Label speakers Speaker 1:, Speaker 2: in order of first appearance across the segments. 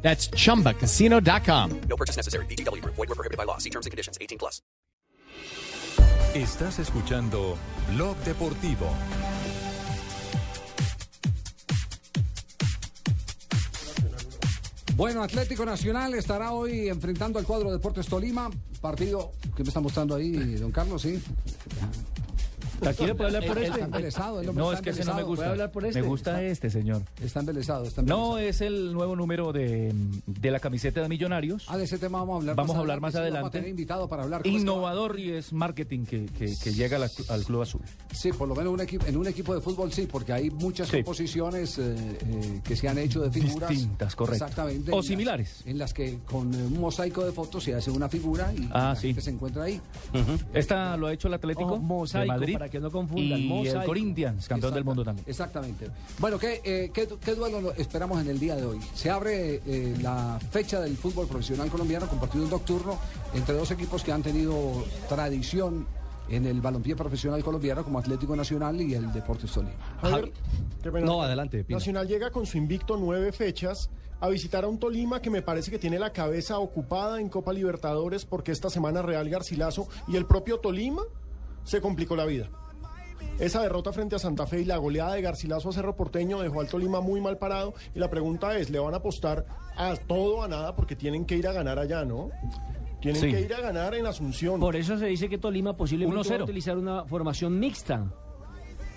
Speaker 1: That's chumbacasino.com.
Speaker 2: No purchase necessary. BGW. Void were prohibited by law. See terms and conditions. 18 plus.
Speaker 3: Estás escuchando Blog Deportivo.
Speaker 4: Bueno, Atlético Nacional estará hoy enfrentando al cuadro Deportes Tolima. Partido que me está mostrando ahí, don Carlos, sí.
Speaker 5: Tranquilo, puede hablar por
Speaker 4: Está
Speaker 5: este.
Speaker 4: embelesado, el hombre
Speaker 5: No,
Speaker 4: está
Speaker 5: es que ese no me
Speaker 4: embelesado.
Speaker 5: gusta.
Speaker 4: Puede hablar por
Speaker 5: Me gusta este, señor.
Speaker 4: Está embelesado, está embelesado.
Speaker 5: No, es el nuevo número de, de la camiseta de Millonarios.
Speaker 4: Ah, de ese tema vamos a hablar
Speaker 5: Vamos a hablar más
Speaker 4: sí, Vamos a
Speaker 5: adelante.
Speaker 4: tener invitado para hablar. ¿Cómo es que-
Speaker 5: Innovador y es marketing que, que- que llega a la- al Club Azul.
Speaker 4: Sí, por lo menos un equipo, en un equipo de fútbol sí, porque hay muchas
Speaker 5: Sí.
Speaker 4: composiciones eh, eh, que se han hecho de figuras.
Speaker 5: Distintas, correcto.
Speaker 4: Exactamente.
Speaker 5: O
Speaker 4: en las-
Speaker 5: similares.
Speaker 4: en las que con eh, un mosaico de fotos se hace una figura y
Speaker 5: Ah,
Speaker 4: la
Speaker 5: sí.
Speaker 4: gente se encuentra ahí.
Speaker 5: Esta lo ha hecho el Atlético
Speaker 6: Ojo, mosaico,
Speaker 5: de Madrid
Speaker 6: para que no confundan,
Speaker 5: y
Speaker 6: mosaico.
Speaker 5: el Corinthians, campeón del
Speaker 4: Exacta-
Speaker 5: mundo también.
Speaker 4: Exactamente. Bueno, ¿qué, eh, qué, qué duelo lo- esperamos en el día de hoy? Se abre eh, la fecha del fútbol profesional colombiano con partido nocturno entre dos equipos que han tenido tradición en el balompié profesional colombiano como Atlético Nacional y el Deportes Tolima.
Speaker 7: Javier, qué pena.
Speaker 6: No, adelante, Pino.
Speaker 7: Nacional llega con su invicto nueve fechas a visitar a un Tolima que me parece que tiene la cabeza ocupada en Copa Libertadores porque esta semana Real Garcilaso y el propio Tolima se complicó la vida. Esa derrota frente a Santa Fe y la goleada de Garcilaso a Cerro Porteño dejó al Tolima muy mal parado y la pregunta es, ¿le van a apostar a todo o a nada? Porque tienen que ir a ganar allá, ¿no? Tienen
Speaker 5: Sí.
Speaker 7: que ir a ganar en Asunción.
Speaker 6: Por eso se dice que Tolima posiblemente va
Speaker 5: 1-0.
Speaker 6: a utilizar una formación mixta.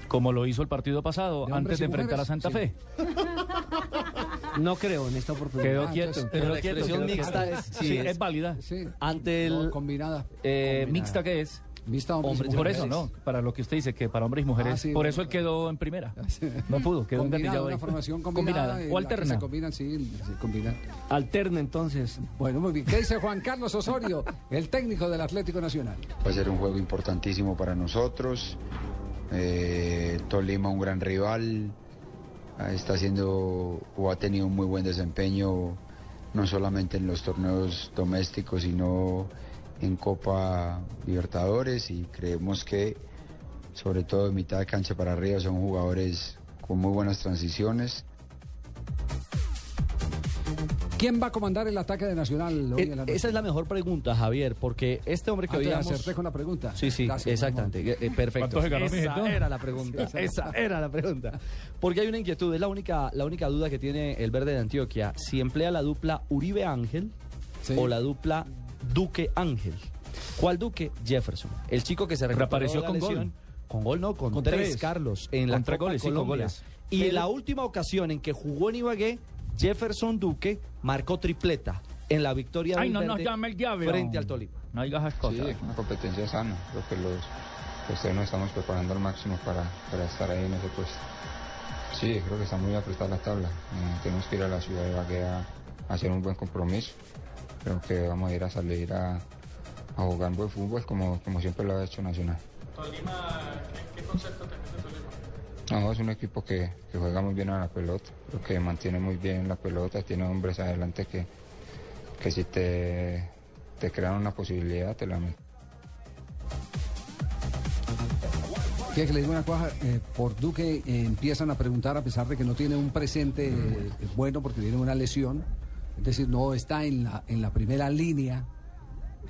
Speaker 5: Como lo hizo el partido pasado,
Speaker 4: ¿De
Speaker 5: antes
Speaker 4: hombres y
Speaker 5: de enfrentar a
Speaker 4: mujeres?
Speaker 5: Santa
Speaker 4: Sí.
Speaker 5: Fe.
Speaker 6: No creo en esta
Speaker 5: Quedó
Speaker 6: oportunidad.
Speaker 4: Ah,
Speaker 5: quieto.
Speaker 4: entonces,
Speaker 5: quedó
Speaker 4: pero
Speaker 8: la
Speaker 5: quieto,
Speaker 8: expresión
Speaker 5: quedó
Speaker 8: mixta
Speaker 5: quieto.
Speaker 8: es-
Speaker 5: Sí,
Speaker 8: sí,
Speaker 5: es,
Speaker 8: es-
Speaker 5: válida.
Speaker 4: Sí.
Speaker 8: Ante
Speaker 4: No,
Speaker 8: el-
Speaker 4: combinada.
Speaker 5: Eh,
Speaker 4: Combinada.
Speaker 5: mixta que es.
Speaker 4: Mixta hombres y
Speaker 8: Hombres y
Speaker 5: Por
Speaker 4: mujeres.
Speaker 5: eso, no, para lo que usted dice, que para hombres y mujeres.
Speaker 4: Ah, sí,
Speaker 5: por
Speaker 4: bueno,
Speaker 5: eso él
Speaker 4: claro.
Speaker 5: quedó en primera. No pudo, quedó
Speaker 4: Combinada,
Speaker 5: engatillado
Speaker 4: una
Speaker 5: ahí.
Speaker 4: formación combinada. en
Speaker 5: o
Speaker 4: la que
Speaker 5: alterna.
Speaker 4: Se combinan, sí, se combinan.
Speaker 6: Alterna entonces.
Speaker 4: Bueno, muy bien. ¿Qué dice Juan Carlos Osorio, el técnico del Atlético Nacional?
Speaker 9: Va a ser un juego importantísimo para nosotros. Eh, Tolima, un gran rival, Ah, está haciendo o ha tenido un muy buen desempeño, no solamente en los torneos domésticos, sino en Copa Libertadores. Y creemos que, sobre todo de mitad de cancha para arriba, son jugadores con muy buenas transiciones.
Speaker 4: ¿Quién va a comandar el ataque de Nacional hoy en la
Speaker 8: Eh,
Speaker 4: noche?
Speaker 8: esa es la mejor pregunta, Javier, porque este hombre que
Speaker 4: Ah, te
Speaker 8: oíamos...
Speaker 4: acerté con la pregunta.
Speaker 8: Sí, sí,
Speaker 4: Gracias,
Speaker 8: exactamente. eh, eh, perfecto.
Speaker 5: ¿Cuánto se ganó, mijito?
Speaker 8: Esa era la pregunta. Esa era la pregunta. Porque hay una inquietud, es la única, la única duda que tiene el verde de Antioquia. Si emplea la dupla Uribe Ángel
Speaker 4: Sí.
Speaker 8: o la dupla Duque Ángel. ¿Cuál Duque? Jefferson. El chico que se recuperó
Speaker 5: Reapareció
Speaker 8: de la
Speaker 5: con gol.
Speaker 8: lesión. Con gol no, con,
Speaker 5: Con
Speaker 8: tres,
Speaker 5: tres.
Speaker 8: Carlos. En la
Speaker 5: Con tres
Speaker 8: Copa
Speaker 5: goles, cinco
Speaker 8: Colombia.
Speaker 5: goles.
Speaker 8: Y en la última ocasión en que jugó en Ibagué, Jefferson Duque marcó tripleta en la victoria
Speaker 5: Ay,
Speaker 8: del
Speaker 5: no nos
Speaker 8: Verde
Speaker 5: llame el diablo.
Speaker 8: frente al Tolima.
Speaker 5: No digas esas
Speaker 9: Sí,
Speaker 5: cosas.
Speaker 9: es una competencia sana. Creo que los, los tres nos estamos preparando al máximo para, para estar ahí en ese puesto. Sí, creo que está muy apretada la tabla. Eh, tenemos que ir a la ciudad de Ibagué a, a hacer un buen compromiso. Creo que vamos a ir a salir a, a jugar buen fútbol como, como siempre lo ha hecho Nacional. No, es un equipo que, que juega muy bien a la pelota, creo que mantiene muy bien la pelota, tiene hombres adelante que, que si te, te crean una posibilidad te la meten.
Speaker 4: ¿Quiere que le diga una cosa? Eh, por Duque eh, empiezan a preguntar, a pesar de que no tiene un presente eh, bueno porque tiene una lesión, es decir, no está en la, en la primera línea,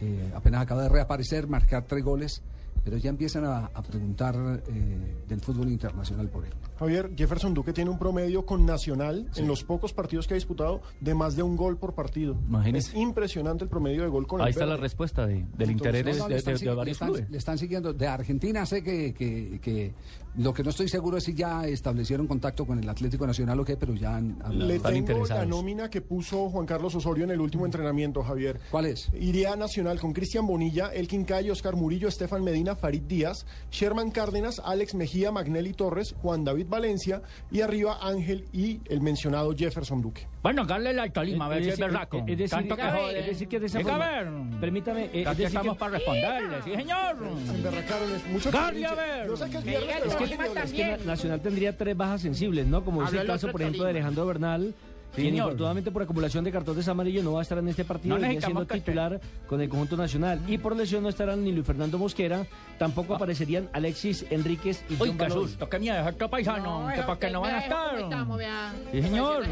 Speaker 4: eh, apenas acaba de reaparecer, marcar tres goles, pero ya empiezan a, a preguntar eh, del fútbol internacional por él.
Speaker 7: Javier, Jefferson Duque tiene un promedio con Nacional en los pocos partidos que ha disputado de más de un gol por partido.
Speaker 5: Imagínese.
Speaker 7: Es impresionante el promedio de gol con el
Speaker 5: Ahí está la
Speaker 7: verde.
Speaker 5: respuesta de- del interés
Speaker 4: No,
Speaker 5: de,
Speaker 4: no, le
Speaker 5: de-
Speaker 4: están
Speaker 5: de- de
Speaker 4: sigui- le,
Speaker 5: varios
Speaker 4: están,
Speaker 5: clubes.
Speaker 4: le están siguiendo. De Argentina sé que, que- que lo que no estoy seguro es si ya establecieron contacto con el Atlético Nacional o qué, pero ya han hablado.
Speaker 7: Le
Speaker 5: Están
Speaker 7: tengo la
Speaker 5: interesados. Mm.
Speaker 7: nómina que puso Juan Carlos Osorio en el último entrenamiento, Javier.
Speaker 4: ¿Cuál es?
Speaker 7: Iría a Nacional con Cristian Bonilla, Elkin Calle, Oscar Murillo, Estefan Medina, Medina, Farid Díaz, Sherman Cárdenas, Alex Mejía, Magnelli Torres, Juan David Valencia y arriba Ángel y el mencionado Jefferson Duque.
Speaker 5: Bueno, darle la al Tolima, a ver si es
Speaker 8: decir,
Speaker 5: berraco.
Speaker 8: es decir,
Speaker 5: Tanto que
Speaker 8: a ver,
Speaker 5: joden.
Speaker 8: es decir que de esa
Speaker 5: Venga,
Speaker 8: forma-
Speaker 5: a ver.
Speaker 8: Permítame, eh,
Speaker 5: Que
Speaker 8: es
Speaker 5: Aquí
Speaker 8: decir
Speaker 5: estamos
Speaker 8: que-
Speaker 5: para responderle, sí, señor.
Speaker 7: Emberracaron, mucho
Speaker 5: Carly,
Speaker 7: capricho.
Speaker 5: a ver.
Speaker 7: Yo sé que es
Speaker 5: Venga,
Speaker 7: viernes, pero
Speaker 8: Es que,
Speaker 7: bájenle a
Speaker 5: Tolima
Speaker 7: los
Speaker 8: es que Na- Nacional tendría tres bajas sensibles, ¿no? Como es
Speaker 5: Habló
Speaker 8: el
Speaker 5: el
Speaker 8: caso,
Speaker 5: otro
Speaker 8: por ejemplo, de
Speaker 5: Tolima.
Speaker 8: Alejandro Bernal, quien
Speaker 5: Señor.
Speaker 8: infortunadamente por acumulación de cartones amarillos no va a estar en este partido,
Speaker 5: No
Speaker 8: y ya siendo
Speaker 5: necesitamos cartel.
Speaker 8: titular con el conjunto nacional. Y por lesión no estarán ni Luis Fernando Mosquera, tampoco aparecerían Alexis Enríquez y
Speaker 5: Ah. Uy,
Speaker 8: John
Speaker 5: qué
Speaker 8: Baloy.
Speaker 5: susto, qué miedo, esto paisano. que ¿Por qué no van a estar? Sí, señor.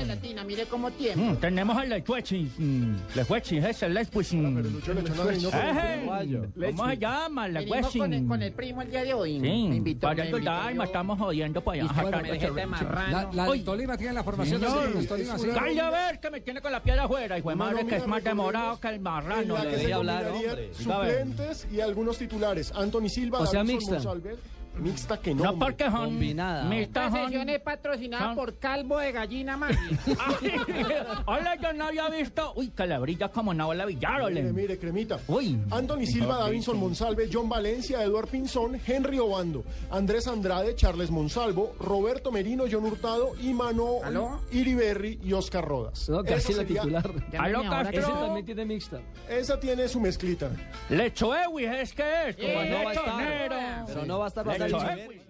Speaker 9: Mire cómo
Speaker 5: Mm,
Speaker 9: tiembla.
Speaker 5: tenemos al Lechuechi. mm, Lechuechi, ese es el Lechuechi.
Speaker 7: Lucho le echó una vino con el
Speaker 5: Ejé,
Speaker 7: uruguayo.
Speaker 5: ¿Cómo se llama?
Speaker 9: Vinimos
Speaker 5: Lechuechi.
Speaker 9: con el, con el primo el día de hoy. Me
Speaker 5: Sí,
Speaker 9: invitó,
Speaker 5: para
Speaker 9: me invitó
Speaker 5: ayudar,
Speaker 9: yo.
Speaker 5: me estamos jodiendo para allá.
Speaker 9: Y bueno,
Speaker 5: Jaca,
Speaker 9: me dejé de
Speaker 5: Lechuechi.
Speaker 4: La,
Speaker 9: marrano.
Speaker 4: la
Speaker 5: Uy.
Speaker 4: del Tolima tiene la formación
Speaker 5: Señor,
Speaker 4: de los
Speaker 7: es
Speaker 4: Tolima, sí.
Speaker 7: una-
Speaker 5: Calla a ver que me tiene con la piedra afuera, hijo de
Speaker 7: Una
Speaker 5: madre, que es
Speaker 7: nómina,
Speaker 5: más demorado
Speaker 7: recordemos,
Speaker 5: que el
Speaker 7: en
Speaker 5: marrano.
Speaker 7: la
Speaker 10: le
Speaker 7: que
Speaker 10: debía
Speaker 7: se
Speaker 10: hablar,
Speaker 7: combinarían
Speaker 10: hombre.
Speaker 5: A ver.
Speaker 7: Suplentes y algunos titulares. Anthony Silva,
Speaker 8: O sea,
Speaker 7: Davinson
Speaker 8: mixta.
Speaker 7: Monsalve, mixta que no.
Speaker 5: No
Speaker 7: hombre.
Speaker 5: porque son...
Speaker 10: Combinada.
Speaker 5: me
Speaker 9: Esta
Speaker 5: está son-
Speaker 9: sesión es patrocinada
Speaker 5: son-
Speaker 9: por Calvo de Gallina Maggi.
Speaker 5: Ay, Hola, yo no había visto... Uy, calabrilla como Naola Villar,
Speaker 7: Mire,
Speaker 5: ole.
Speaker 7: mire, cremita.
Speaker 5: Uy.
Speaker 7: Anthony Silva, Davinson Monsalve, John Valencia, Eduard Pinzón, Henry Obando, Andrés Andrade, Charles Monsalvo, Roberto Merino, John Hurtado y Mano
Speaker 9: ¿Aló?
Speaker 7: Iriberri y Oscar Rodas.
Speaker 8: No,
Speaker 7: Esa
Speaker 8: casi la
Speaker 7: sería-
Speaker 8: titular.
Speaker 5: Aló,
Speaker 8: Ese
Speaker 5: Castro.
Speaker 8: también tiene mixta.
Speaker 7: Esa tiene su mezclita.
Speaker 5: Lechoewis, es que es, como
Speaker 9: Eh,
Speaker 5: el
Speaker 10: no va a estar.
Speaker 5: lechonero.
Speaker 10: Pero no va a estar, va a estar el
Speaker 5: Lechoewis.